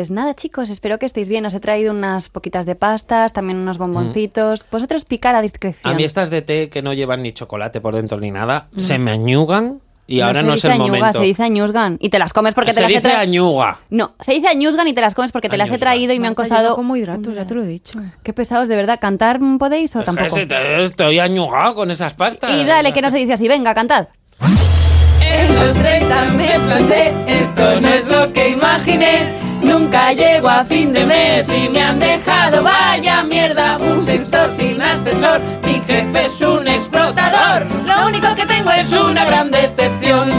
Pues nada, chicos, espero que estéis bien. Os he traído unas poquitas de pastas, también unos bomboncitos. Vosotros picar a discreción. Mm. A mí estas de té que no llevan ni chocolate por dentro ni nada, se me añugan y ahora no es el añuga, momento. Se dice añuzgan y te las comes porque Se te las he dice traído. añuga. No, se dice añuzgan y te las comes porque te las he Añuzgan. traído y me han Marta, yo costado. no como hidratos, ya te lo he dicho. Qué pesados, de verdad. ¿Cantar podéis o tampoco? Pues Ese te- Estoy añugado con esas pastas. Y dale, que no se dice así. Venga, cantad. En los 30 me planté, esto no es lo que imaginé. Nunca llego a fin de mes y me han dejado, vaya mierda, un sexto sin ascensor. Mi jefe es un explotador, lo único que tengo es una gran decepción.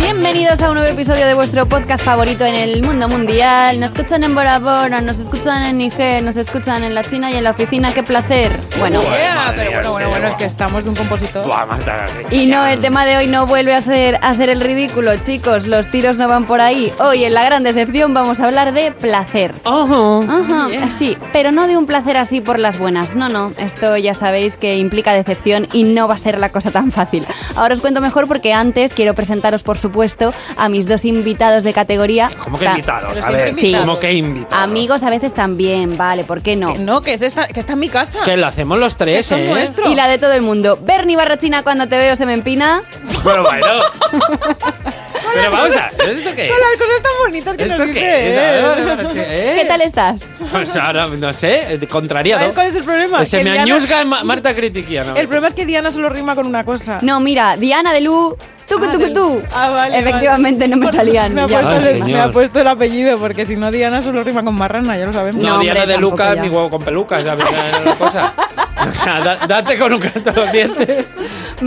Bienvenidos a un nuevo episodio de vuestro podcast favorito en el mundo mundial. Nos escuchan en Bora Bora, nos escuchan en Niger, nos escuchan en la China y en la oficina. ¡Qué placer! Bueno. Madre Yeah, pero mía, es bueno, bueno, que- bueno, es que estamos de un compositor. Buah, Marta, qué Y no, chica. el tema de hoy no vuelve a ser hacer el ridículo, chicos. Los tiros no van por ahí. Hoy en La Gran Decepción vamos a hablar de placer. Ajá, sí, pero no de un placer así por las buenas. No, no, esto ya sabéis que implica decepción y no va a ser la cosa tan fácil. Ahora os cuento mejor porque antes quiero presentaros, por supuesto, a mis dos invitados de categoría. ¿Cómo que Ta- invitados? pero A siempre ver, invitados. ¿cómo que invitados? Amigos a veces también, vale, ¿por qué no? Que No, que, es esta, que está en mi casa. Que lo hacemos los Que tres, son ¿eh? nuestros. Y la de todo el mundo. Bernie Barrochina, cuando te veo se me empina. Pero bueno. Pero vamos a ver, ¿esto qué? Las cosas tan bonitas que ¿Esto nos qué? dice. es? ¿eh? A ver, a ver, ¿eh? ¿Qué tal estás? Pues ahora, no sé, eh, contrariado. ¿Sabes cuál es el problema? Pues se Que me Diana- añuzga Ma- Marta Critiquiana. El problema es que Diana solo rima con una cosa. Ah. No, mira, Diana de Lu, tú, Ah, tú, tú, del- tú. Ah, vale, Efectivamente vale. no me Por- salían. Me ha, ya. puesto Ah, el, me señor. ha puesto el apellido, porque si no, Diana solo rima con marrana, ya lo sabemos. No, No, Diana hombre, de Luca, tampoco ya. ni huevo con peluca, ¿sabes? Era la cosa. O sea, da- date con un canto a los dientes. que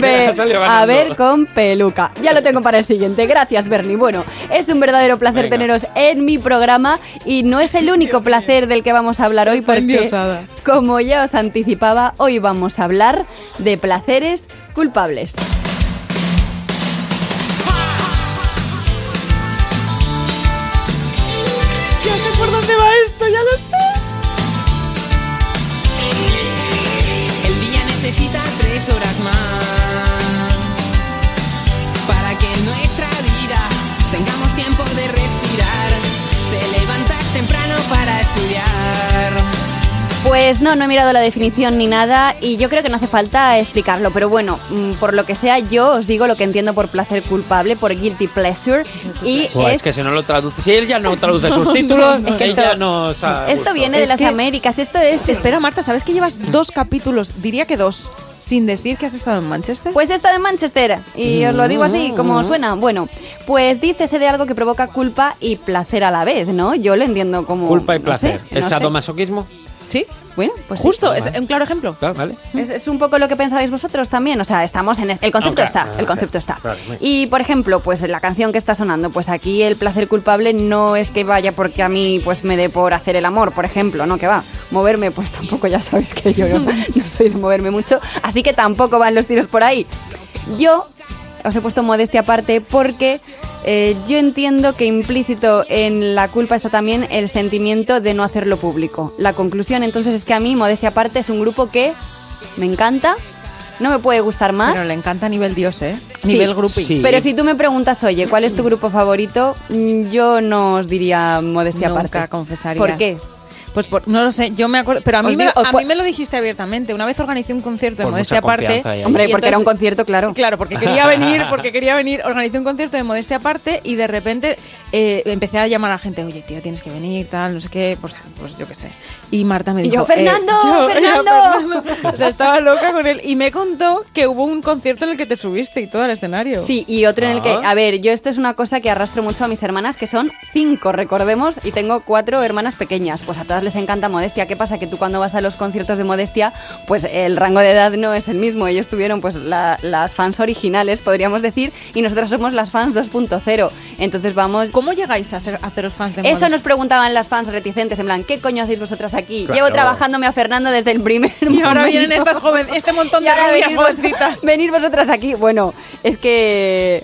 Ve, ha salido a ganando. ver con peluca. Ya lo tengo para el siguiente. Gracias, Bernie. Bueno, es un verdadero placer Venga. teneros en mi programa y no es el único placer del que vamos a hablar hoy Está porque, endiosada. como ya os anticipaba, hoy vamos a hablar de placeres culpables. Ya sé por dónde va esto, ya lo sé. El día necesita tres horas más para que en nuestra vida tengamos tiempo de respirar. Te levantas temprano para estudiar. Pues no, no he mirado la definición ni nada y yo creo que no hace falta explicarlo, pero bueno, mm, por lo que sea, yo os digo lo que entiendo por placer culpable, por guilty pleasure y Buah, es es que si no lo traduce, si ella no traduce sus títulos, no, no. ella no está. a Esto gusto. viene de Es las que- Américas, esto es... Espera, Marta, ¿sabes que llevas dos capítulos, diría que dos, sin decir que has estado en Manchester? Pues esta de Manchester, y os lo digo así, Mm. como suena. Bueno, pues dícese de algo que provoca culpa y placer a la vez, ¿no? Yo lo entiendo como... Culpa y no sé, placer. no ¿El sé. sadomasoquismo? sí. Bueno, pues sí. Justo, es vale. un claro ejemplo. Claro, Ah, vale. Es, es un poco lo que pensabais vosotros también, o sea, estamos en... es- El concepto Ok, está, no, el sí, concepto está. claro, muy bien. Y, por ejemplo, pues en la canción que está sonando, pues aquí el placer culpable no es que vaya porque a mí pues me dé por hacer el amor, por ejemplo, no que va. Moverme, pues tampoco ya sabéis que yo no, no soy de moverme mucho, así que tampoco van los tiros por ahí. Yo os he puesto modestia aparte porque eh, yo entiendo que implícito en la culpa está también el sentimiento de no hacerlo público. La conclusión entonces es que a mí, modestia aparte, es un grupo que me encanta, no me puede gustar más. Pero le encanta nivel dios, ¿eh? Sí. Nivel groupie. Sí. Pero si tú me preguntas, oye, ¿cuál es tu grupo favorito? Mm, Yo no os diría modestia Nunca aparte. confesarías. ¿Por qué? Pues por- no lo sé, yo me acuerdo, pero a mí, Os me, digo- os a pu- mí me lo dijiste abiertamente. Una vez organicé un concierto de Por Modestia mucha Aparte. confianza ahí, ahí. Hombre, y porque era un entonces- concierto, claro. Claro, porque quería venir, porque quería venir, organicé un concierto de Modestia Aparte y de repente eh, empecé a llamar a la gente, oye, tío, tienes que venir, tal, no sé qué, pues, pues yo qué sé. Y Marta me Y dijo, yo, eh, "Fernando, yo, eh, Fernando". Fernando. O sea, estaba loca con él. Y me contó que hubo un concierto en el que te subiste y todo al escenario. Sí, y otro en el que, Ah. a ver, yo esto es una cosa que arrastro mucho a mis hermanas, que son cinco, recordemos, y tengo cuatro hermanas pequeñas. Pues a todas les encanta Modestia. ¿Qué pasa? Que tú cuando vas a los conciertos de Modestia, pues el rango de edad no es el mismo. Ellos tuvieron pues la- las fans originales, podríamos decir, y nosotras somos las fans 2.0. Entonces vamos... ¿Cómo llegáis a, ser, a haceros fans de Eso Modestia? nos preguntaban las fans reticentes, en plan, ¿qué coño hacéis vosotras aquí? Claro. Llevo trabajándome a Fernando desde el primer Y ahora vienen momento. estas joven, este montón Y de ahora rubias venir vos- jovencitas. venir vosotras aquí. Bueno, es que.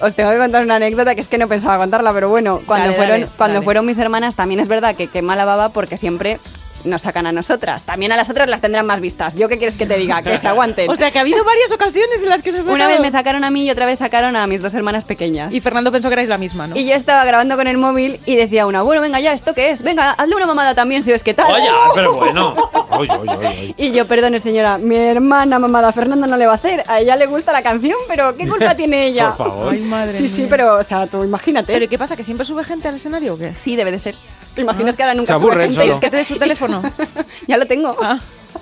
Os tengo que contar una anécdota que es que no pensaba contarla, pero bueno, cuando, Dale, fueron, dale, cuando dale. fueron mis hermanas también es verdad que quema la baba porque siempre nos sacan a nosotras. También a las otras las tendrán más vistas. ¿Yo qué quieres que te diga? Que se aguanten. O sea que ha habido varias ocasiones en las que se ha Una sacado. vez me sacaron a mí y otra vez sacaron a mis dos hermanas pequeñas. Y Fernando pensó que erais la misma, ¿no? Y yo estaba grabando con el móvil y decía una, bueno, venga ya, ¿esto qué es? Venga, hazle una mamada también si ves qué tal. Vaya, pero bueno. Oye, oye, oye, oye. Y yo, perdone señora, mi hermana mamada Fernanda no le va a hacer. A ella le gusta la canción, pero ¿qué culpa tiene ella? Por favor. Ay, madre Sí, sí, mía. pero, o sea, tú imagínate. ¿Pero ¿y qué pasa? ¿Que siempre sube gente al escenario o qué? Sí, debe de ser. ¿Te imaginas que ahora nunca Se aburre sube solo. gente? ¿Tienes Ah. que hacer su teléfono? ya lo tengo. Ah,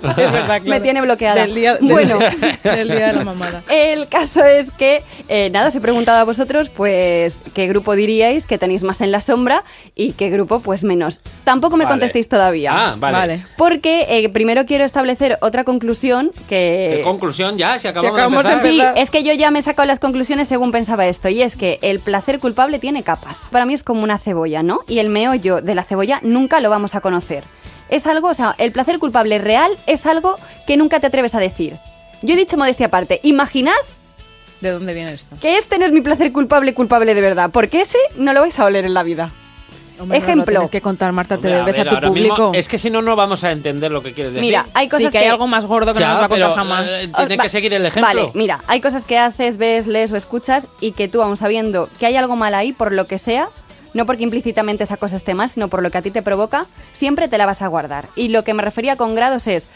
es verdad, Me claro. tiene bloqueada. Del día, del- bueno, del día de la mamada. el caso es que, eh, nada, os he preguntado a vosotros, pues, qué grupo diríais que tenéis más en la sombra y qué grupo, pues, menos. Tampoco me Vale. contestéis todavía. Ah, vale. Vale. Porque eh, primero quiero establecer otra conclusión ¿Qué que... Eh, conclusión ya? Si acabamos, acabamos de de empezar. Sí, ¿verdad? es que yo ya me he sacado las conclusiones según pensaba esto, y es que el placer culpable tiene capas. Para mí es como una cebolla, ¿no? Y el meollo de la cebolla nunca lo vamos a conocer. Es algo, o sea, el placer culpable real es algo que nunca te atreves a decir. Yo he dicho modestia aparte, imaginad ¿De dónde viene esto? que este no es mi placer culpable, culpable de verdad, porque ese no lo vais a oler en la vida. no, Ejemplo. lo tienes que contar, Marta, te Hombre, a debes a, ver, tu ahora mismo- público. es que si no, no vamos a entender lo que quieres decir. Mira, hay cosas sí, que, hay algo más gordo que Ya, no nos va a contar pero, jamás. eh, tiene Ah, Va- que seguir el ejemplo. Vale, mira, hay cosas que haces, ves, lees o escuchas y que tú, aun sabiendo que hay algo mal ahí, por lo que sea, no porque implícitamente esa cosa esté mal, sino por lo que a ti te provoca, siempre te la vas a guardar. Y lo que me refería con grados es...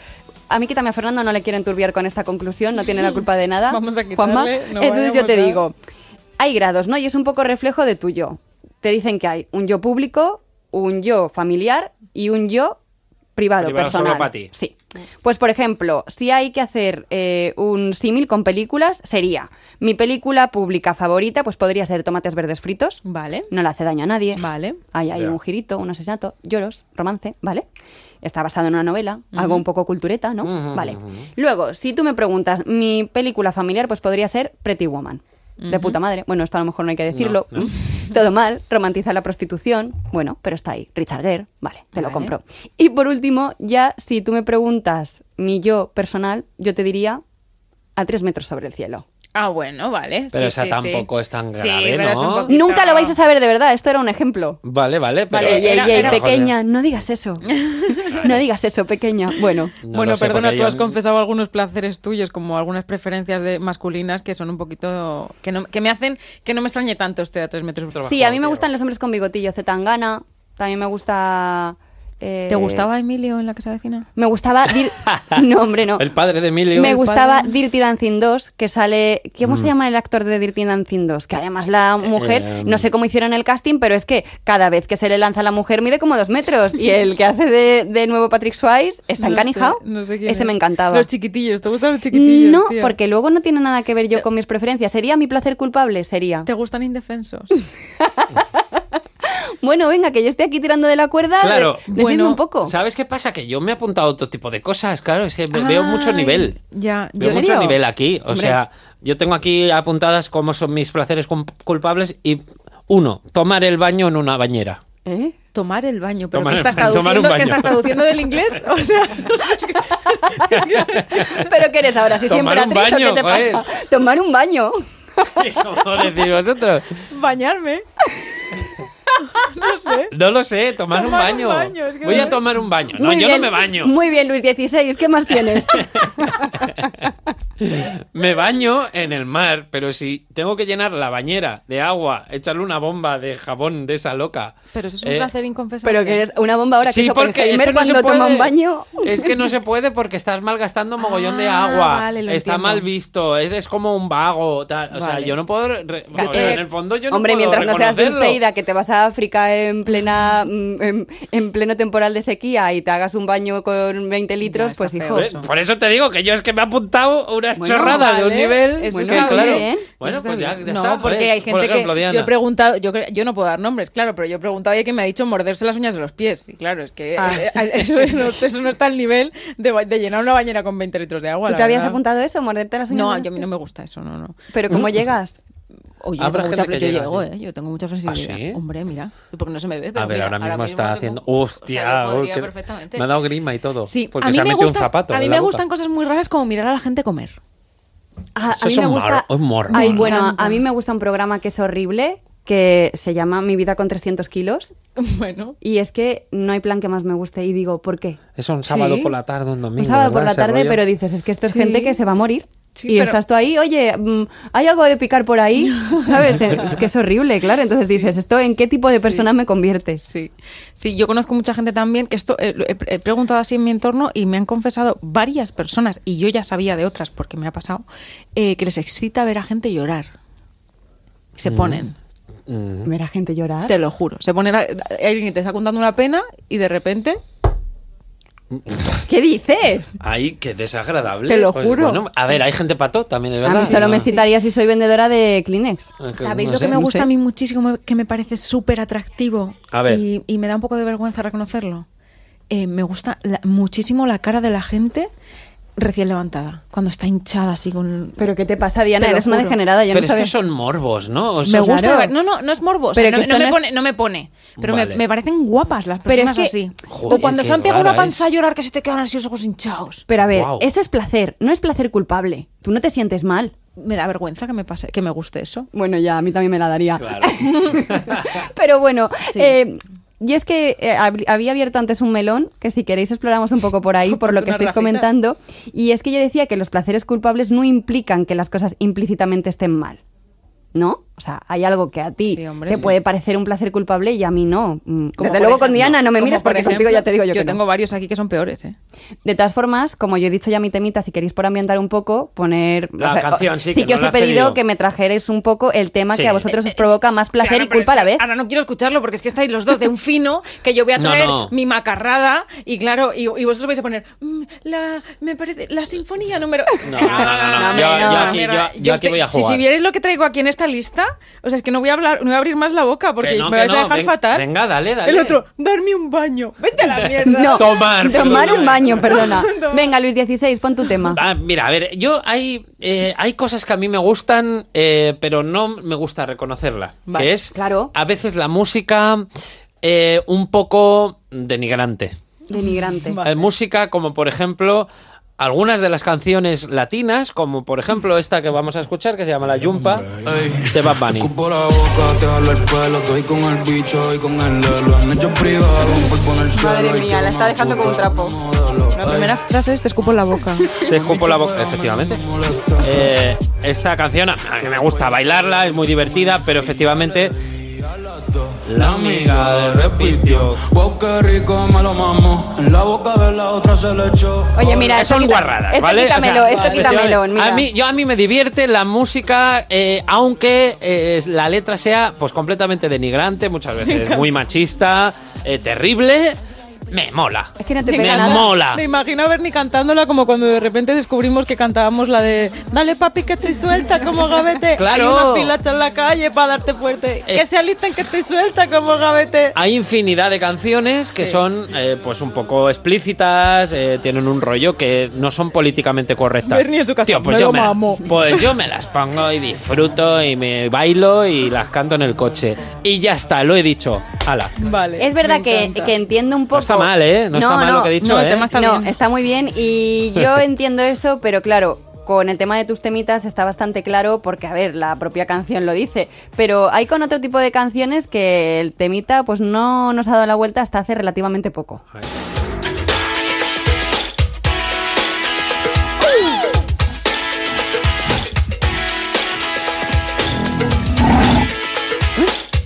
A mí quítame a Fernando, no le quiero enturbiar con esta conclusión, no tiene la culpa de nada. Vamos a quitarle, Juanma. no Entonces yo vayamos te a- digo, hay grados, ¿no? Y es un poco reflejo de tu yo. Te dicen que hay un yo público, un yo familiar y un yo privado, Privado solo personal. pa' ti. Sí. Pues, por ejemplo, si hay que hacer eh, un símil con películas, sería mi película pública favorita, pues podría ser Tomates Verdes Fritos. Vale, No le hace daño a nadie. vale. Hay, hay Ya. un girito, un asesinato, lloros, romance, ¿vale? Está basado en una novela, algo un poco cultureta, ¿no? Ujú, vale. ujú. Luego, si tú me preguntas, mi película familiar, pues podría ser Pretty Woman. De puta madre. Bueno, esto a lo mejor no hay que decirlo. No, no. Todo mal, romantiza la prostitución. Bueno, pero está ahí. Richard Gere, vale, te lo Vale. compro. Y por último, ya si tú me preguntas mi yo personal, yo te diría a tres metros sobre el cielo. Ah, bueno, vale. Pero sí, esa sí, sí. tampoco es tan Sí, grave, pero es un ¿no? poquito- Nunca lo vais a saber de verdad, esto era un ejemplo. Vale, vale, pero. Vale, y era- era- pequeña, no digas eso. No digas eso, pequeña. Bueno, No bueno, lo sé, perdona, porque tú yo- has confesado algunos placeres tuyos, como algunas preferencias de masculinas que son un poquito. que, no, que me hacen que no me extrañe tanto este a tres metros de trabajo. sí, a mí me gustan los hombres con bigotillo, Zetangana. También me gusta. eh, ¿Te gustaba Emilio en la casa vecina? Me gustaba. Dir... No, hombre, no. El padre de Emilio. Me el gustaba padre. Mm. Dirty Dancing 2, que sale. ¿Cómo se llama el actor de Dirty Dancing 2? Que además la mujer, Eh, em, no sé cómo hicieron el casting, pero es que cada vez que se le lanza a la mujer mide como dos metros. Y el que hace de, de nuevo Patrick Swayze está No sé, encanijado. No sé quién Ese es. me encantaba. Los chiquitillos, ¿te gustan los chiquitillos? no, tía? porque luego no tiene nada que ver yo con mis preferencias. Sería mi placer culpable, sería. ¿Te gustan indefensos? Bueno, venga, que yo estoy aquí tirando de la cuerda. Claro. de- decidme Bueno, un poco. ¿Sabes qué pasa? Que yo me he apuntado a otro tipo de cosas, claro, es que ve- veo Ah, mucho Ay, nivel. Ya, Veo ¿En mucho serio? nivel aquí. O Hombre. sea, yo tengo aquí apuntadas cómo son mis placeres cum- culpables y uno, tomar el baño en una bañera. ¿Eh? Tomar el baño, pero Tomar ¿qué el estás baño, tomar un traduciendo? ¿Qué baño. estás traduciendo del inglés? O sea, ¿Pero qué eres ahora? Si Tomar siempre un actriz, ¿o baño, ¿qué te joder. pasa? Tomar un baño. ¿Cómo decís vosotros? bañarme. No sé. No lo sé, tomar, un Tomar un baño. baño, es que- Voy a tomar un baño. No, Muy yo bien, no me baño. Muy bien, Luis 16, ¿qué más tienes? Me baño en el mar, pero si tengo que llenar la bañera de agua, echarle una bomba de jabón de esa loca. Pero eso es un eh, placer inconfesable. Pero que eres una bomba ahora que sí, hizo porque Oppenheimer eso no se cuando toma puede. un baño. Es que no se puede porque estás malgastando mogollón de Ah, agua. vale, lo Está entiendo. mal visto. Eres como un vago. tal. O sea, Vale. yo no puedo. re- o sea, Eh, en el fondo, yo no Hombre, puedo mientras no seas reconocerlo. Dulceida, que te vas a África en plena mm, en, en pleno temporal de sequía y te hagas un baño con 20 litros, está pues feo hijo. Eh, Por eso te digo que yo es que me he apuntado una Bueno, chorrada de un vale, nivel. eso es que, está claro. bien. Bueno, Eso pues está ya, bien. ya no, está. porque Joder, hay gente por ejemplo, que yo Diana. he preguntado, yo, cre- yo no puedo dar nombres, claro, pero yo he preguntado y hay que me ha dicho morderse las uñas de los pies. Y claro, es que Ah. eh, eso, no, eso no está al nivel de, ba- de llenar una bañera con 20 litros de agua. ¿Tú la te habías verdad. apuntado eso, morderte las uñas? No, de los yo a mí no pies? me Mm. gusta eso, no, no. Pero ¿cómo llegas? Oye, yo, Habrá tengo mucha gente que fle- yo llega, llego, sí. ¿eh? Yo tengo mucha flexibilidad. ¿Ah, sí? Hombre, mira. Porque no se me ve, pero A ver, mira, ahora mismo está tengo- haciendo. o sea, Hostia, yo podría oh, que- perfectamente. me ha dado grima y todo. Sí, porque a mí se ha me, metido gusta- un zapato. a mí en me la boca. gustan cosas muy raras como mirar a la gente comer. A, a Eso mí es me un gusta. morro- un morro. Ay, Me bueno, encanta. a mí me gusta un programa que es horrible, que se llama Mi vida con 300 kilos Bueno. y es que no hay plan que más me guste y digo, ¿por qué? Es un sábado Sí. por la tarde, un domingo. Un sábado por ¿verdad? la Ese tarde, rollo. pero dices, es que esto es Sí. gente que se va a morir. Sí, y pero- estás tú ahí, oye, mm, hay algo de picar por ahí, ¿sabes? Es que es horrible, claro. Entonces dices, ¿esto en qué tipo de persona me conviertes? Sí, sí, yo conozco mucha gente también que esto eh, lo he, he preguntado así en mi entorno y me han confesado varias personas, y yo ya sabía de otras porque me ha pasado, eh, que les excita ver a gente llorar. Se ponen, Ver a gente llorar. te lo juro. Se ponen, a- hay alguien que te está contando una pena y de repente ¿Qué dices? Ay, qué desagradable. Pues, Te lo juro. Bueno, a ver, hay gente pato también, es A verdad. mí solo Sí, me sí. citaría si soy vendedora de Kleenex. Ah, que ¿Sabéis no lo que sé. me gusta sé. a mí muchísimo, que me parece súper atractivo? A ver. Y, y me da un poco de vergüenza reconocerlo. Eh, me gusta la- muchísimo la cara de la gente recién levantada, cuando está hinchada así con... ¿Pero qué te pasa, Diana? Te lo Eres una juro. degenerada, yo no Pero estos sabía. son morbos, ¿no? O me sea, Claro. gusta... ver- No, no, no es morbo. o sea, Pero no, que esto no me no es- pone, no me pone. Pero me- Vale. me, parecen guapas las Pero es personas que- así. Joder, o cuando qué se han pegado una rara es. panza a llorar que se te quedan así los ojos hinchados. Pero a ver, Guau. eso es placer, no es placer culpable. Tú no te sientes mal. Me da vergüenza que me pase, que me guste eso. Bueno, ya, a mí también me la daría. Claro. Pero bueno, Sí. eh, y es que eh, abri- había abierto antes un melón, que si queréis exploramos un poco por ahí, por lo que Una estoy rajita. comentando, y es que yo decía que los placeres culpables no implican que las cosas implícitamente estén mal. ¿No? O sea, hay algo que a ti Sí, hombre, te sí. puede parecer un placer culpable y a mí no. Mm, Como Desde por luego con ejemplo- Diana no me como miras por porque contigo ejemplo, ya te digo yo, Yo que no. tengo varios aquí que son peores, ¿eh? De todas formas, como yo he dicho ya mi temita, si queréis por ambientar un poco, poner... La canción, sí, que que nos os la he has pedido, pedido. que me trajerais un poco el tema Sí. que a vosotros os provoca más placer Eh, Claro, y pero culpa es a la que vez. Ahora no quiero escucharlo porque es que estáis los dos de un fino que yo voy a No, traer no. mi macarrada y claro, y, y vosotros vais a poner "Mm, la me parece la sinfonía número No, no, no, no, no, yo- yo Ah, aquí- mierda. yo- yo aquí voy a si- Si, jugar. vierais lo que traigo aquí en esta lista, o sea, es que no voy a hablar, no voy a abrir más la boca porque Que no, me que vais no, a dejar ven- fatal. venga, dale, dale. El otro, darme un baño. Vete a la mierda. No, Tomar, tomar perdona. un baño, perdona. Tomar. Venga, Luis 16, pon tu tema. Ah, mira, a ver, yo hay, eh, hay cosas que a mí me gustan, eh, pero no me gusta reconocerla. Vale, que es claro. a veces la música eh, un poco denigrante. Denigrante. Eh, música como por ejemplo algunas de las canciones latinas, como por ejemplo esta que vamos a escuchar que se llama La Yumpa de Bad Te Bunny. escupo la boca, te jalo el pelo, estoy con el bicho y con el lelo. En hecho privado, por poner Madre celo mía, y quiero la está una dejando con un puta, trapo. modelo. La Ay, primera frase es te escupo en la boca. Se escupo la boca, efectivamente. Eh, esta canción a a mí me gusta bailarla, es muy divertida, pero efectivamente La amiga le repitió, wow, qué rico me lo mamó. En la boca de la otra se le echó. Oye, mira, esto son quita- guarradas, esto ¿vale? quítamelo, O sea, esto efectivamente, quítamelo, mira. A mí, yo, a mí me divierte la música, eh, aunque eh, la letra sea pues completamente denigrante, muchas veces muy machista, eh, terrible, me mola. Es que no te me pega nada. mola. Me imagino a Bernie cantándola como cuando de repente descubrimos que cantábamos la de Dale papi que estoy suelta como gavete. Claro. Hay una filata en la calle para darte fuerte. Eh. Que se alisten que estoy suelta como gavete. Hay infinidad de canciones que son eh, pues un poco explícitas, eh, tienen un rollo que no son políticamente correctas. Bernie en su casa, Tío, pues, me yo lo me la- mamo. pues yo me las pongo y disfruto y me bailo y las canto en el coche. Y ya está, lo he dicho. Hala. Vale. Es verdad me que, encanta. que entiendo un poco. está mal, ¿eh? No está mal lo que he dicho, no, ¿eh? no, bien. está muy bien y yo entiendo eso, pero claro, con el tema de tus temitas está bastante claro porque, a ver, la propia canción lo dice. Pero hay con otro tipo de canciones que el temita pues no nos ha dado la vuelta hasta hace relativamente poco.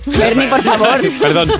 Bernie, por favor. Perdón.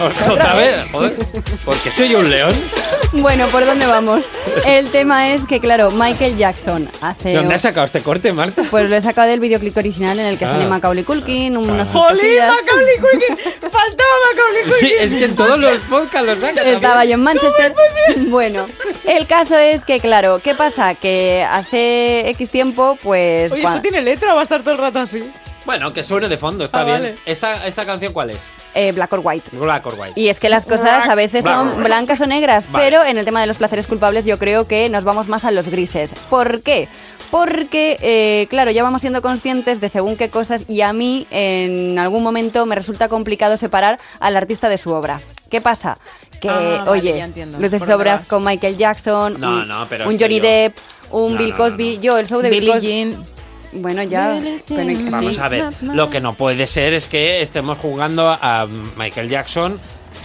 Otra, vez, joder. Porque soy un león. Bueno, ¿por dónde vamos? El tema es que, claro, Michael Jackson hace... ¿De dónde has un- sacado este corte, Marta? Pues lo he sacado del videoclip original en el que Ah. sale Macaulay Culkin, unos ¡Jolín, Macaulay Culkin! ¡Faltaba Macaulay Culkin! Sí, es que en todos los podcasts los saca. Estaba yo en Manchester. Bueno, el caso es que, claro, ¿qué pasa? Que hace X tiempo, pues... Oye, cua- ¿esto tiene letra o va a estar todo el rato así? Bueno, que suene de fondo, está Ah, bien. vale. Esta, ¿Esta canción cuál es? eh, Black or White. Black or White. Y es que las cosas a veces son Black. blancas o negras, Vale. pero en el tema de los placeres culpables yo creo que nos vamos más a los grises. ¿Por qué? Porque, eh, claro, ya vamos siendo conscientes de según qué cosas y a mí en algún momento me resulta complicado separar al artista de su obra. ¿Qué pasa? Que, Ah, vale, oye, ya entiendo. luces ¿Por dónde obras vas? con Michael Jackson, No, un, no, pero un es que Johnny yo- Depp, un No, Bill no, no, Cosby, no. yo el show de Bill Billie Cosby. Jean. Bueno, ya. Bueno, y- Vamos sí. a ver, lo que no puede ser es que estemos jugando a Michael Jackson,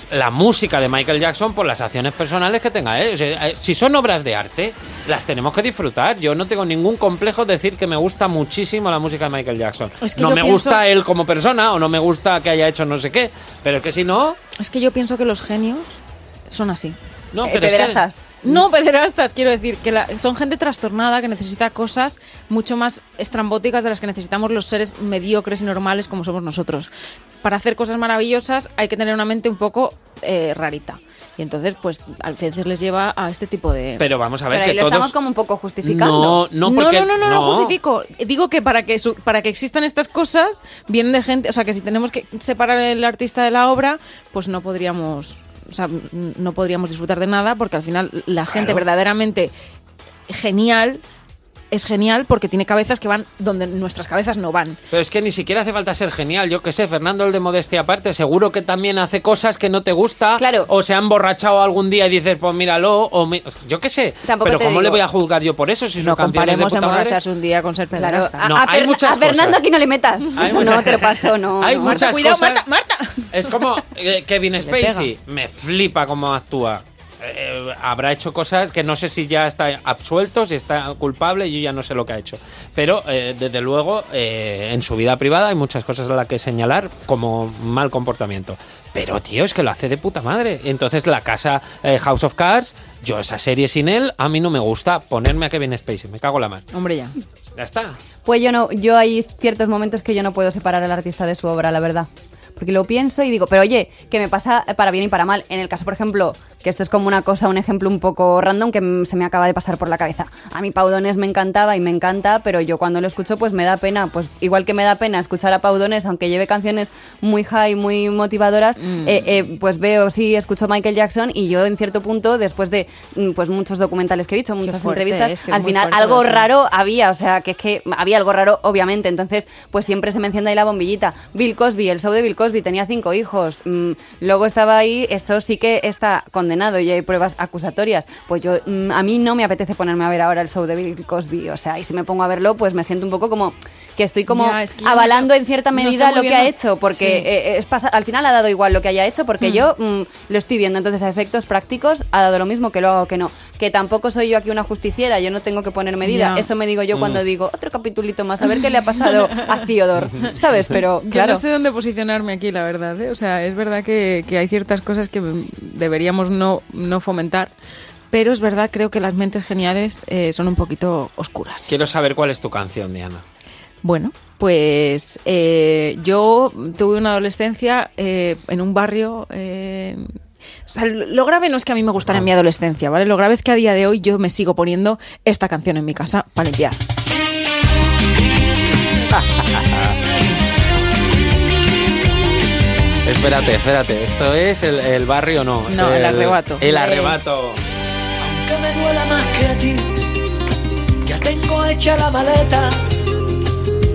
la música de Michael Jackson por las acciones personales que tenga. ¿eh? O sea, eh, si son obras de arte, las tenemos que disfrutar. Yo no tengo ningún complejo de decir que me gusta muchísimo la música de Michael Jackson. Es que no yo me pienso- gusta él como persona o no me gusta que haya hecho no sé qué, pero es que si no, Es que yo pienso que los genios son así. no, Eh, pero es que- pederastas. No pederastas, quiero decir, que la- son gente trastornada que necesita cosas mucho más estrambóticas de las que necesitamos los seres mediocres y normales como somos nosotros. Para hacer cosas maravillosas hay que tener una mente un poco eh, rarita. Y entonces, pues, al veces les lleva a este tipo de... pero vamos a ver Pero ahí que lo todos estamos como un poco justificando. No, no, porque no, no, no, no justifico. Digo que para que su- para que existan estas cosas vienen de gente, o sea, que si tenemos que separar el artista de la obra, pues no podríamos, o sea, n- no podríamos disfrutar de nada porque al final la gente verdaderamente genial es genial porque tiene cabezas que van donde nuestras cabezas no van. Pero es que ni siquiera hace falta ser genial, yo que sé, Fernando el de modestia aparte, seguro que también hace cosas que no te gusta Claro. o se ha emborrachado algún día y dices, pues míralo o mi- yo qué sé, Tampoco pero te cómo le digo. voy a juzgar yo por eso si su No canción es de comparemos puta madre? emborracharse un día con ser Claro, pederasta. a, No, a hay Fer- muchas a Fernando cosas. aquí no le metas. Hay Eso muchas- no, te lo paso, no. Hay no. muchas cuidado, cosas- Marta, Marta. Es como eh, Kevin Se le pega. Spacey, me flipa cómo actúa. Eh, habrá hecho cosas que no sé si ya está absuelto, si está culpable, yo ya no sé lo que ha hecho. Pero eh, desde luego, eh, en su vida privada hay muchas cosas a las que señalar como mal comportamiento. Pero tío, es que lo hace de puta madre. Entonces la casa eh, House of Cards, yo esa serie sin él, a mí no me gusta ponerme a Kevin Spacey, me cago en la mano. Hombre, ya. Ya está. Pues yo no, yo hay ciertos momentos que yo no puedo separar al artista de su obra, la verdad. Porque lo pienso y digo, pero oye, que me pasa para bien y para mal. En el caso, por ejemplo, que esto es como una cosa, un ejemplo un poco random que mm, se me acaba de pasar por la cabeza. A mí Paudones me encantaba y me encanta, pero yo cuando lo escucho pues me da pena. Pues igual que me da pena escuchar a Paudones, aunque lleve canciones muy high, muy motivadoras, Mm. eh, eh, pues veo, sí, escucho a Michael Jackson y yo en cierto punto, después de mm, pues muchos documentales que he visto, muchas fuerte, entrevistas, es que es al muy final fuerte algo eso. raro raro había, o sea, que es que había algo raro, obviamente. Entonces, pues siempre se me enciende ahí la bombillita. Bill Cosby, el show de Bill Cosby, tenía cinco hijos. Mm, luego estaba ahí, esto sí que está condenado y hay pruebas acusatorias. Pues yo, mm, a mí no me apetece ponerme a ver ahora el show de Bill Cosby, o sea, y si me pongo a verlo, pues me siento un poco como que estoy como Ya, es que yo no avalando sé- en cierta no sé medida muy lo bien que ha lo- hecho, porque Sí. eh, es pasa- al final ha dado igual lo que haya hecho, porque yo mm, lo estoy viendo. Entonces, a efectos prácticos, ha dado lo mismo que lo hago que no. Que tampoco soy yo aquí una justiciera, yo no tengo que poner medida. Ya. Mm. Eso me digo yo cuando digo otro capitulito más, a ver qué le ha pasado a Theodore, ¿sabes? Pero Yo claro. no sé dónde posicionarme aquí, la verdad. ¿eh? O sea, es verdad que, que hay ciertas cosas que deberíamos no, no fomentar, pero es verdad, creo que las mentes geniales eh, son un poquito oscuras. Quiero saber cuál es tu canción, Diana. Bueno, pues eh, yo tuve una adolescencia eh, en un barrio. eh, o sea, lo lo grave no es que a mí me gustara en mi adolescencia, ¿vale? Lo grave es que a día de hoy yo me sigo poniendo esta canción en mi casa para limpiar. Espérate, espérate. Esto es el, el barrio, no. No, el arrebato. El arrebato. Aunque me duela más que a ti, ya tengo hecha la maleta,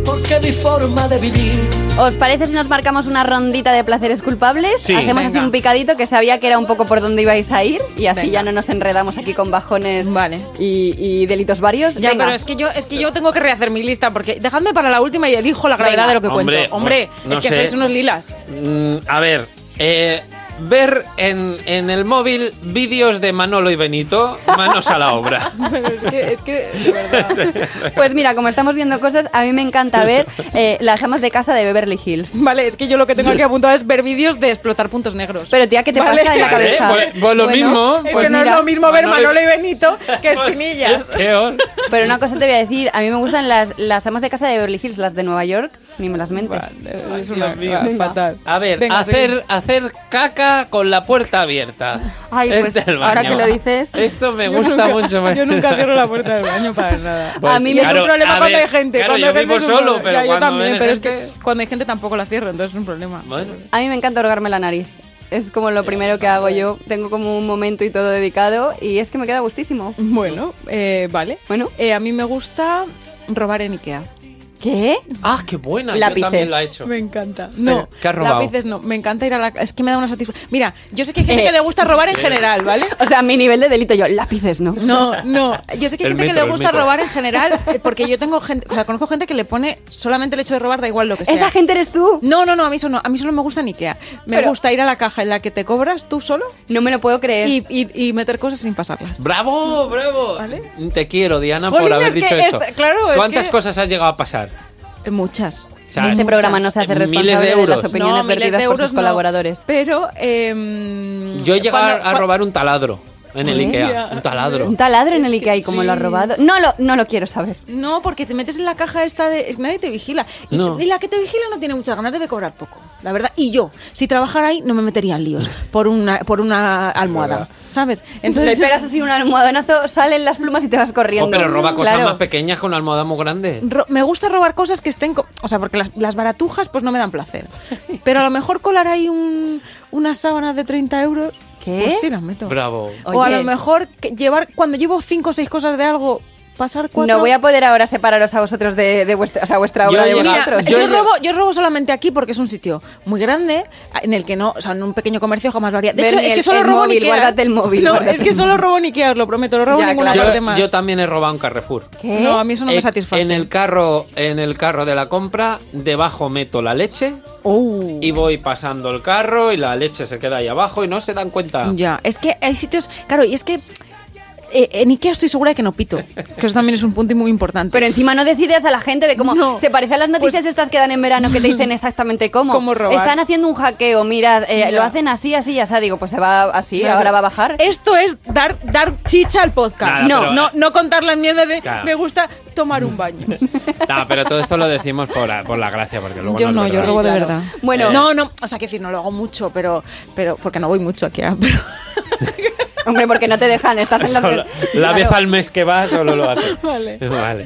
porque mi forma de vivir ¿Os parece si nos marcamos una rondita de placeres culpables? Sí. Hacemos así Venga. un picadito que sabía que era un poco por dónde ibais a ir y así Venga. ya no nos enredamos aquí con bajones Vale. y, y delitos varios. Ya, Venga. pero es que yo es que yo tengo que rehacer mi lista porque dejadme para la última y elijo la gravedad Venga. de lo que Hombre, cuento. Hombre, pues, no es que sé. sois unos lilas. Mm, a ver, eh, ver en, en el móvil vídeos de Manolo y Benito, manos a la obra. es que es que de verdad. Pues mira, como estamos viendo cosas, a mí me encanta ver eh, las amas de casa de Beverly Hills. Vale, es que yo lo que tengo aquí apuntado es ver vídeos de explotar puntos negros. Pero tía, ¿qué te Vale. pasa en la Vale, cabeza? pues- pues lo mismo. es pues que no mira. es lo mismo ver Manolo y- Pues Manolo y Benito que Es espinillas. peor. Pero una cosa te voy a decir, a mí me gustan las, las amas de casa de Beverly Hills, las de Nueva York, ni me las mentes. Es una va, fatal. A ver, Venga, hacer, seguimos. hacer caca con la puerta abierta. Ay, Es pues, del ahora baño. que lo dices- Esto me Yo gusta nunca- mucho más. Yo nunca cierro la puerta del baño para nada. A mí Y me- es un problema a cuando ver, hay gente. Claro, cuando yo hay gente vivo es un solo, problema. pero Ya, yo cuando también, ven pero gente- es que cuando hay gente tampoco la cierro, entonces es un problema. Bueno. A mí me encanta orgarme la nariz. Es como lo primero que hago yo. Tengo como un momento y todo dedicado y es que me queda gustísimo. Bueno, eh, vale. Bueno. Eh, a mí me gusta robar en Ikea. ¿Qué? Ah, qué buena. Lápices. Yo también la he hecho. Me encanta. No, Eh, ¿Qué has robado? lápices no. Me encanta ir a la. Es que me da una satisfacción. Mira, yo sé que hay gente Eh. que le gusta robar en general, ¿vale? O sea, mi nivel de delito yo, lápices, ¿no? No, no. Yo sé que hay El gente que mito, le el gusta mito. robar en general, eh, porque yo tengo gente, o sea, conozco gente que le pone solamente el hecho de robar da igual lo que sea. Esa gente eres tú. No, no, no, a mí eso no. A mí solo me gusta en Ikea. Me Pero- Eh. gusta ir a la caja en la que te cobras tú solo No me lo puedo creer. y, y- y meter cosas sin pasarlas. Bravo, bravo. ¿Vale? Te quiero, Diana, por Jolín, haber es que dicho esto. esto- claro, es ¿Cuántas que- cosas has llegado a pasar? Eh, Muchas. O sea, este es- programa no se hace miles de responsable de, euros. las opiniones no, miles vertidas de por euros sus no. colaboradores. Pero. em, Yo he llegado cuando- a robar un taladro en el Ya. Ikea. Un taladro. Un taladro en el Ikea y cómo lo ha robado. No lo, no lo quiero saber. No, porque te metes en la caja esta de... Nadie te vigila. Y, No. y la que te vigila no tiene muchas ganas, debe cobrar poco, la verdad. Y yo, si trabajara ahí, no me metería en líos por una, por una almohada, Verdad. ¿sabes? Entonces le pegas así un almohadonazo, salen las plumas y te vas corriendo. Jo, Oh, pero roba cosas Claro. más pequeñas con una almohada muy grande. ro- me gusta robar cosas que estén... co- O sea, porque las, las baratujas pues no me dan placer. Pero a lo mejor colar ahí un, unas sábanas de 30 euros... ¿Qué? Pues sí, las meto. Bravo. O a Oye. lo mejor que llevar... Cuando llevo 5 o 6 cosas de algo, pasar cuatro... No voy a poder ahora separaros a vosotros de, de vuestra, o sea, vuestra Yo obra de he llegado- vosotros. yo Yo, he llegado- robo, yo robo solamente aquí porque es un sitio muy grande en el que no, o sea, en un pequeño comercio jamás lo haría. De Bernie, hecho, es que el- solo el robo en móvil, Ikea. guárdate el móvil, No, guárdate es que el solo robo en Ikea, os lo prometo, no robo Ya, en ninguna claro. parte Yo, más. yo también he robado un Carrefour. ¿Qué? No, a mí eso no me En- satisface. En el carro, en el carro de la compra, debajo meto la leche Oh. y voy pasando el carro y la leche se queda ahí abajo y no se dan cuenta. Ya, es que hay sitios, claro, y es que eh, en Ikea estoy segura de que no pito, que eso también es un punto muy importante. Pero encima no decides a la gente de cómo No. Pues se parece a las noticias estas que dan en verano que te dicen exactamente cómo. Cómo robar. Están haciendo un hackeo, mira, eh, Ya. lo hacen así, así, ya sea, digo, pues se va así, ahora va a bajar. Esto es dar, dar chicha al podcast. Nada, no, pero- no, no contar la mierda de Claro. me gusta tomar un baño. No, pero todo esto lo decimos por la, por la gracia, porque luego Yo es no, yo verdad. robo de Claro. verdad. Bueno. Eh, no, no, o sea, que decir, no lo hago mucho, pero, pero porque no voy mucho aquí. ah, pero- Hombre, porque no te dejan, estás en la... Solo- la Claro. vez al mes que vas solo lo haces. Vale. Vale.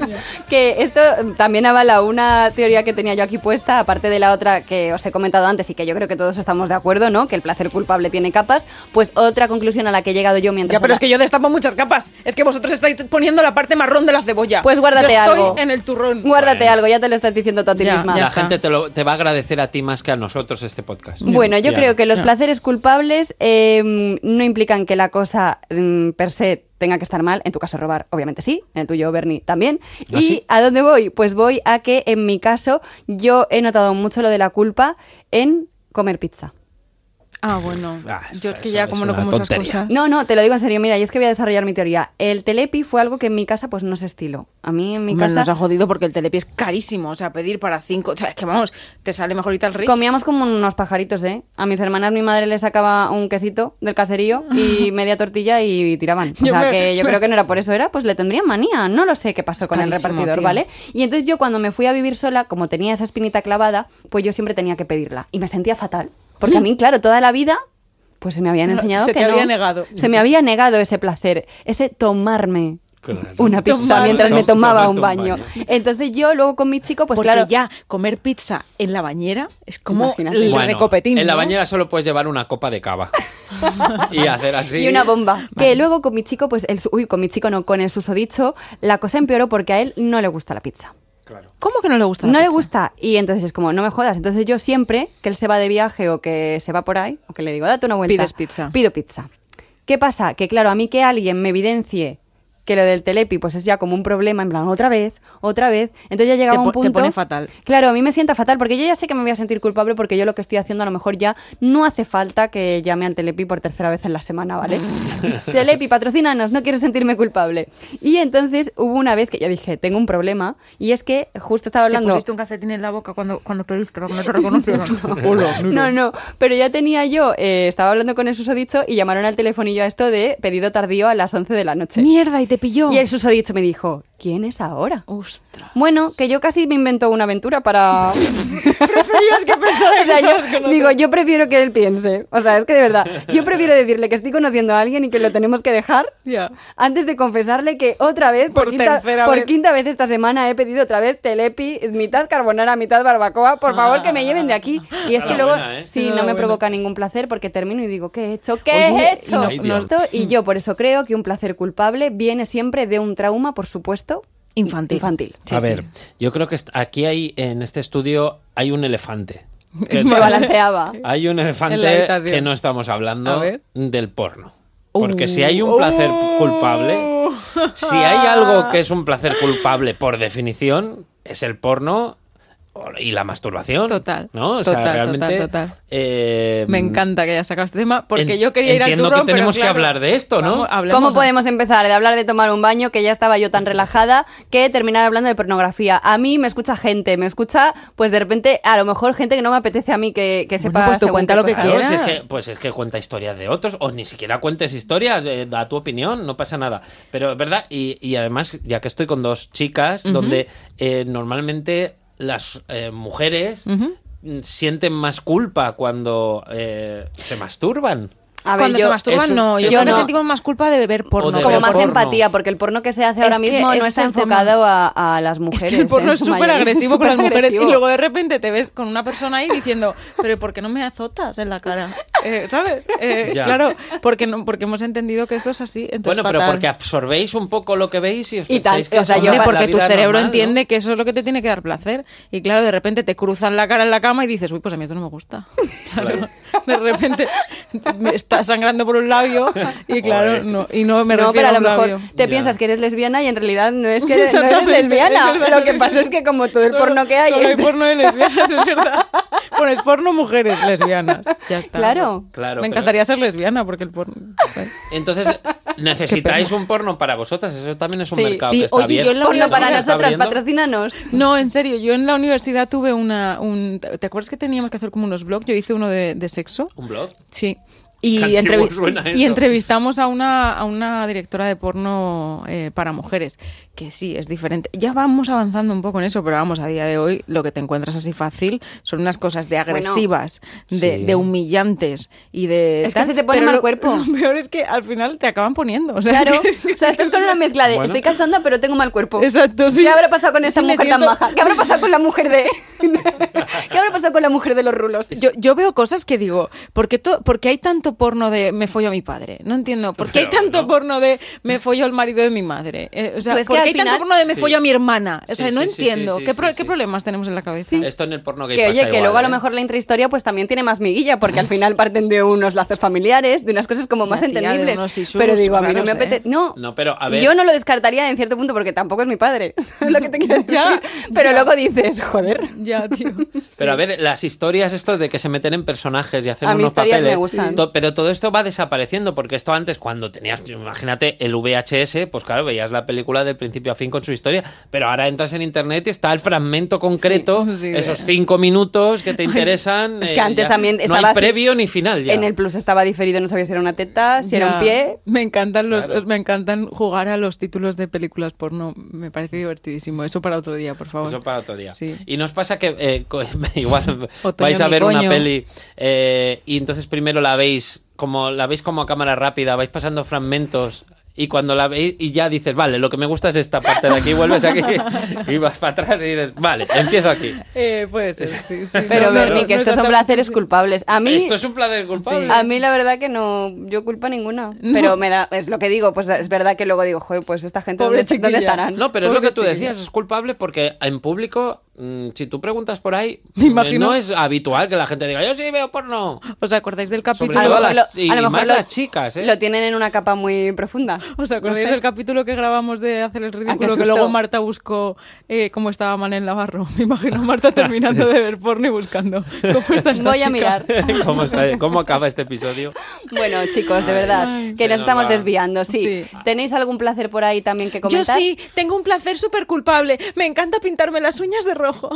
Que esto también avala una teoría que tenía yo aquí puesta, aparte de la otra que os he comentado antes y que yo creo que todos estamos de acuerdo, ¿no? Que el placer culpable tiene capas. Pues otra conclusión a la que he llegado yo mientras... Ya, pero es habla- que yo destapo muchas capas. Es que vosotros estáis poniendo la parte marrón de la cebolla. Pues guárdate yo estoy algo. en el turrón. Guárdate Bueno. algo, ya te lo estás diciendo tú a ti Ya, misma. ya La está. gente te, lo- te va a agradecer a ti más que a nosotros este podcast. Bueno, yo Ya. creo que los ya. placeres culpables eh, no implican que la cosa mm, per se tenga que estar mal. En tu caso, robar, obviamente sí. En el tuyo, Bernie, también. ¿Ah, ¿Y sí? a dónde voy? Pues voy a que, en mi caso, yo he notado mucho lo de la culpa en comer pizza. Ah, bueno. Ah, eso- yo es que eso ya es como no una como esas tontería. cosas. No, no, te lo digo en serio. Mira, y es que voy a desarrollar mi teoría. El telepi fue algo que en mi casa, pues no se estiló. A mí, en mi Hombre, nos ha casa, jodido porque el telepi es carísimo. O sea, pedir para cinco. O sea, es que vamos, te sale mejor irte al Ritz. comíamos como unos pajaritos, ¿eh? A mis hermanas, mi madre les sacaba un quesito del caserío y media tortilla y tiraban. O Yo sea, me- que yo creo que no era por eso. Era, pues le tendrían manía. No lo sé qué pasó Es con el carísimo, repartidor, tío. ¿vale? Y entonces yo, cuando me fui a vivir sola, como tenía esa espinita clavada, pues yo siempre tenía que pedirla. Y me sentía fatal. Porque a mí, claro, toda la vida... Pues se me habían No, enseñado se que te no. había negado. Se me había negado ese placer, ese tomarme Claro. una pizza Tomar- mientras me Tom- tomaba tomarte un un baño. baño. Entonces yo luego con mi chico, pues porque claro, ya comer pizza en la bañera es como Imagínate. el Bueno, recopetín. en la ¿no? bañera solo puedes llevar una copa de cava y hacer así. y una bomba. Que luego con mi chico, pues el su- uy, con mi chico no, con el susodicho, la cosa empeoró porque a él no le gusta la pizza. Claro. ¿Cómo que no le gusta? la No le pizza? gusta y entonces es como, no me jodas. Entonces yo siempre que él se va de viaje o que se va por ahí, o que le digo, date una vuelta. Pides pizza. Pido pizza. ¿Qué pasa? Que claro, a mí que alguien me evidencie que lo del telepi pues es ya como un problema, en plan, otra vez, otra vez. Entonces ya llegaba Te un po- te punto... pone fatal. Claro, a mí me sienta fatal porque yo ya sé que me voy a sentir culpable porque yo lo que estoy haciendo a lo mejor ya no hace falta que llame al Telepi por tercera vez en la semana, ¿vale? Telepi, patrocínanos, no quiero sentirme culpable. Y entonces hubo una vez que yo dije, tengo un problema y es que justo estaba ¿Te hablando... pusiste un cafetín en la boca cuando, cuando pediste, cuando te reconocieron? Hola, No, no, pero ya tenía yo, eh, estaba hablando con el susodicho y llamaron al telefonillo a esto de pedido tardío a las 11 de la noche. Mierda, y te pilló. Y el susodicho me dijo, ¿quién es ahora? Ostras. Bueno, que yo casi me invento una aventura para... Preferías que pensara O sea, yo digo, yo prefiero que él piense. O sea, es que de verdad, yo prefiero decirle que estoy conociendo a alguien y que lo tenemos que dejar Ya. antes de confesarle que otra vez, Por quinta, tercera por vez. quinta vez esta semana he pedido otra vez telepi, mitad carbonara, mitad barbacoa, por favor que me lleven de aquí. Y es Esa que era luego, buena, ¿eh? sí, Ah, Esa no me era buena. provoca ningún placer porque termino y digo, ¿qué he hecho? ¿Qué Oye, he y hecho? no- Y, no- y yo por eso creo que un placer culpable viene siempre de un trauma, por supuesto, Infantil. Infantil. Sí, a sí. ver, yo creo que est- aquí hay, en este estudio, hay un elefante. Que- Se balanceaba. hay un En la elefante habitación. que no estamos A hablando ver. Uh. del porno. Porque si hay un placer culpable, si hay algo que es un placer culpable por definición, es el porno y la masturbación. Total, ¿no? O sea, total, total, realmente, total. eh, Me encanta que hayas sacado este tema porque en- yo quería ir al entiendo turrón. que pero tenemos que claro, hablar de esto, ¿no? vamos, hablemos ¿Cómo a- podemos empezar de hablar de tomar un baño que ya estaba yo tan relajada que terminar hablando de pornografía? A mí me escucha gente, me escucha pues de repente a lo mejor gente que no me apetece a mí que, que sepa. pues tú según cuenta qué lo que cosas. Claro, quieras. si es que, pues es que cuenta historias de otros, o ni siquiera cuentes historias, eh, da tu opinión, no pasa nada. Pero es verdad, y, y además, ya que estoy con dos chicas, donde eh, normalmente las eh, mujeres mm, sienten más culpa cuando eh, se masturban. A ver, Cuando yo- se masturban, es un- no. Yo es creo que una- sentimos más culpa de beber porno. de como ver más porno. empatía, porque el porno que se hace ahora que mismo ese no está es el tema. enfocado a, a las Es mujeres. que el porno en es su súper mayoría, agresivo con las mujeres y superagresivo. luego de repente te ves con una persona ahí diciendo, pero ¿por qué no me azotas en la cara? Eh, ¿Sabes? Eh, Ya. claro, porque, no, porque hemos entendido que esto es así. Entonces Bueno, pero fatal. porque absorbéis un poco lo que veis y os Y pensáis tal, que o sea, eso yo- es Hombre, la porque tu vida cerebro normal, ¿no? entiende que eso es lo que te tiene que dar placer. Y claro, de repente te cruzan la cara en la cama y dices, uy, pues a mí esto no me gusta. Claro. De repente me está sangrando por un labio y claro, Joder. no, y no me no, refiero pero a un lo mejor labio. te Ya. piensas que eres lesbiana y en realidad no es que eres, no eres Exactamente, lesbiana. es verdad. Lo que pasa es que como todo el Solo- porno que hay... Solo es hay de- porno de lesbianas, es verdad. Pones porno mujeres lesbianas. Ya está. Claro. Claro, Me pero- encantaría ser lesbiana porque el porno. Entonces, necesitáis un porno para vosotras, eso también es un Sí. mercado Sí, que está oye, bien. yo en la Porno para ¿no? Se está nosotras, abriendo. patrocínanos. No, en serio, yo en la universidad tuve una. Un, ¿Te acuerdas que teníamos que hacer como unos blogs? Yo hice uno de, de sexo. ¿Un blog? Sí. Y, Qué antiguo entrevi- suena y eso. entrevistamos a una, a una directora de porno eh, para mujeres, que sí, es diferente. Ya vamos avanzando un poco en eso, pero vamos, a día de hoy lo que te encuentras así fácil son unas cosas de agresivas, de, Sí. de humillantes y de... Es que se te pone pero mal lo- cuerpo. Lo peor es que al final te acaban poniendo. O sea, Claro, que- o sea, estás con una mezcla de Bueno. estoy cansada pero tengo mal cuerpo. Exacto, sí. ¿Qué habrá pasado con esa Sí, me mujer siento- tan maja? ¿Qué habrá pasado con la mujer de...? ¿Qué habrá pasado con la mujer de los rulos? Yo, yo veo cosas que digo, ¿por qué, to- por qué hay tanto porno de me follo a mi padre? No entiendo. ¿Por qué hay Pero, tanto ¿no? porno de me follo al marido de mi madre? Eh, o sea, Pues es que ¿por qué al hay tanto final- porno de me Sí. follo a mi hermana? O Sí, sea, sí, no sí, sí, entiendo. sí, ¿Qué, sí, pro- sí. qué problemas tenemos en la cabeza? Esto en el porno gay Que pasa oye, que igual, luego a lo ¿eh? mejor la intrahistoria pues también tiene más miguilla, porque al final parten de unos lazos familiares, de unas cosas como Ya, más tía, de entendibles. unos isus pero digo, a mí no raros, me apetece. ¿eh? No, No, pero, a ver. yo no lo descartaría en cierto punto porque tampoco es mi padre. es lo que te quiero decir. Ya, pero ya. luego dices, joder. Ya, tío. Sí. Pero a ver, las historias esto de que se meten en personajes y hacen A mí unos historias papeles. me gustan. to- pero todo esto va desapareciendo, porque esto antes, cuando tenías, imagínate, el VHS, pues claro, veías la película del principio a fin con su historia, pero ahora entras en internet y está el fragmento concreto, Sí, de- esos cinco minutos que te interesan. Es eh, que antes ya también No hay estaba- previo ni final ya. En el plus estaba diferido, no sabía si era una teta, si era Ya. un pie. Me encantan los, Claro. me encantan jugar a los títulos de películas porno. Me parece divertidísimo. Eso para otro día, por favor. Eso para otro día. Sí. Y nos pasa que eh, co- igual Otoño, vais a mi ver una coño. peli eh, y entonces primero la veis como la veis como a cámara rápida, vais pasando fragmentos y cuando la veis y ya dices, vale, lo que me gusta es esta parte de aquí, vuelves aquí y vas para atrás y dices, vale, empiezo aquí. Eh, puede ser, sí, sí. Pero, No, no, Berni, no, que no estos son exactamente. placeres culpables. A mí, Esto es un placer culpable. A mí la verdad que no, yo culpa ninguna. Pero me da, es lo que digo, pues es verdad que luego digo, joder, pues esta gente Pobre ¿dónde, ¿dónde chiquilla. estarán? No, pero es lo Pobre que tú chiquilla. decías, es culpable porque en público, mm, si tú preguntas por ahí, Me imagino. no es habitual que la gente diga, yo sí veo porno. ¿Os acordáis del Sobre todo capítulo? a las- y más las chicas, ¿eh? lo tienen en una capa muy profunda. ¿Os acordáis No sé. Ah, del capítulo que grabamos de hacer el ridículo? susto. Que luego Marta buscó eh, cómo estaba mal en Navarro. Me imagino a Marta terminando de ver porno y buscando cómo está esta Voy a chica. mirar. ¿Cómo, está- ¿Cómo acaba este episodio? Bueno, chicos, de verdad, Ay, que se nos nos estamos va. desviando, sí. Sí. ¿Tenéis algún placer por ahí también que Yo comentar? sí, tengo un placer súper culpable. Me encanta pintarme las uñas de rojo.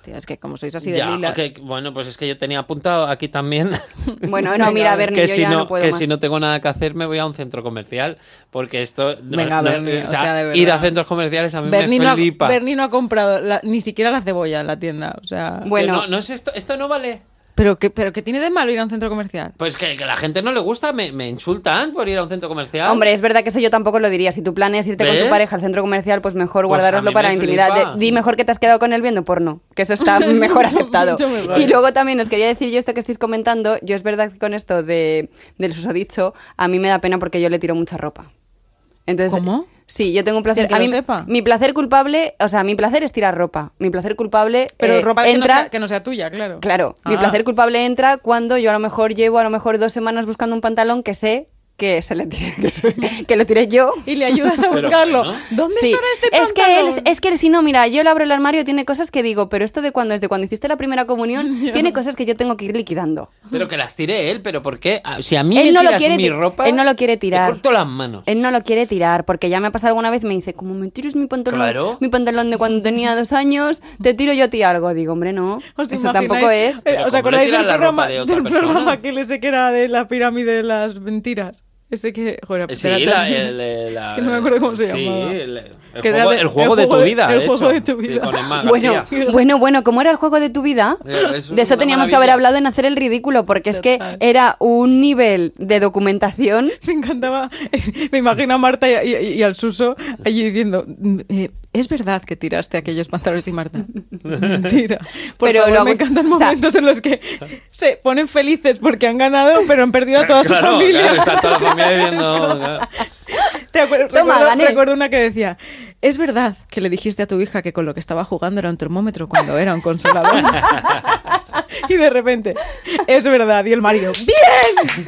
Tío, es que como sois así de Ya, lila. ok, bueno, pues es que yo tenía apuntado aquí también Bueno, no, Venga, mira, a ver, Berni, que, yo si ya no, no puedo que más. si no tengo nada que hacer me voy a un centro comercial porque esto... no- Venga, no- Berni, o sea, de verdad. ir a centros comerciales a mí Berni no, me ha, flipa. Berni no ha comprado la- ni siquiera la cebolla en la tienda. O sea, Que Bueno. no, no es esto, esto no vale. ¿pero, qué, ¿Pero qué tiene de malo ir a un centro comercial? Pues que, que la gente no le gusta, me, me insultan por ir a un centro comercial. Hombre, es verdad que eso yo tampoco lo diría. Si tu plan es irte con tu ¿Ves? pareja al centro comercial, pues mejor Pues guardaroslo a mí para me intimidad. flipa. De- Di mejor que te has quedado con él viendo porno, que eso está mejor Mucho, aceptado. mucho mejor. Y luego también os quería decir yo esto que estáis comentando. Yo es verdad que con esto de, del susodicho, a mí me da pena porque yo le tiro mucha ropa. Entonces, ¿Cómo? Sí, yo tengo un placer. Sin que a lo mí, sepa. Mi placer culpable, o sea, mi placer es tirar ropa. Mi placer culpable. Pero eh, ropa que, no entra- sea, que no sea tuya, claro. Claro, mi Ah. placer culpable entra cuando yo a lo mejor llevo a lo mejor dos semanas buscando un pantalón que sé que se le tire- que lo tiré yo. Y le ayudas a Pero buscarlo. bueno. ¿Dónde Sí. estará este es que, pantalón? él, es que si no, mira, yo le abro el armario y tiene cosas que digo, pero esto de cuando es de cuando hiciste la primera comunión, tiene cosas que yo tengo que ir liquidando. Pero que las tire él, pero ¿por qué? Ah, Si a mí Él me no lo tiras quiere mi ti- ropa, él no lo quiere te tirar. corto las manos. Él no lo quiere tirar, porque ya me ha pasado alguna vez, me dice, como me tires mi pantalón, Claro. mi pantalón de cuando tenía dos años, te tiro yo a ti algo. Digo, hombre, no, ¿Os eso imagináis? tampoco es. Eh, Pero ¿Os ¿cómo le acordáis tiras del, la ropa programa, de otra del persona? programa que le sé que era de la pirámide de las mentiras? Ese que. Joder, Sí, espérate. la, el, el- la- Es que no me acuerdo cómo se sí, llamaba. el, el Que era juego, de- el juego de, tu vida, El de juego hecho. de tu Sí, vida. con Emma Bueno, García. bueno, bueno, ¿cómo era el juego de tu vida? Eh, eso es de eso una teníamos que maravilla. haber hablado en hacer el ridículo, porque es que Total. era un nivel de documentación. Me encantaba. Me imagino a Marta y, y- y al Suso allí diciendo: "Mm, eh, Es verdad que tiraste aquellos pantalones y Marta. Mentira. Por Pero favor, luego- me encantan o sea- momentos en los que se ponen felices porque han ganado, pero han perdido a toda su Claro, familia. claro, está toda la familia viviendo. claro. Te acuer- Toma, gané. recuerdo, recuerdo una que decía, es verdad que le dijiste a tu hija que con lo que estaba jugando era un termómetro cuando era un consolador. y de repente, es verdad. Y el marido, ¡bien!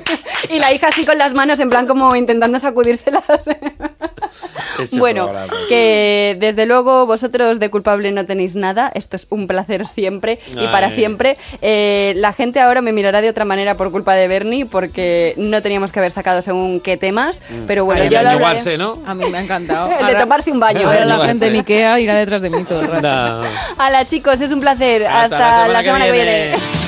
Y la hija así con las manos, en plan como intentando sacudírselas. Ese bueno, programa. que desde luego vosotros de culpable no tenéis nada. Esto es un placer siempre y para Ay. siempre. Eh, la gente ahora me mirará de otra manera por culpa de Bernie, porque no teníamos que haber sacado según qué temas. Pero bueno, Mm. Ay, ya de lo hablaré. añuarse, ¿no? A mí me ha encantado. El de tomarse un baño. Ahora la Bañarse. gente en Ikea irá detrás de mí todo el rato. No. Hala chicos, es un placer. Hasta, la semana que viene.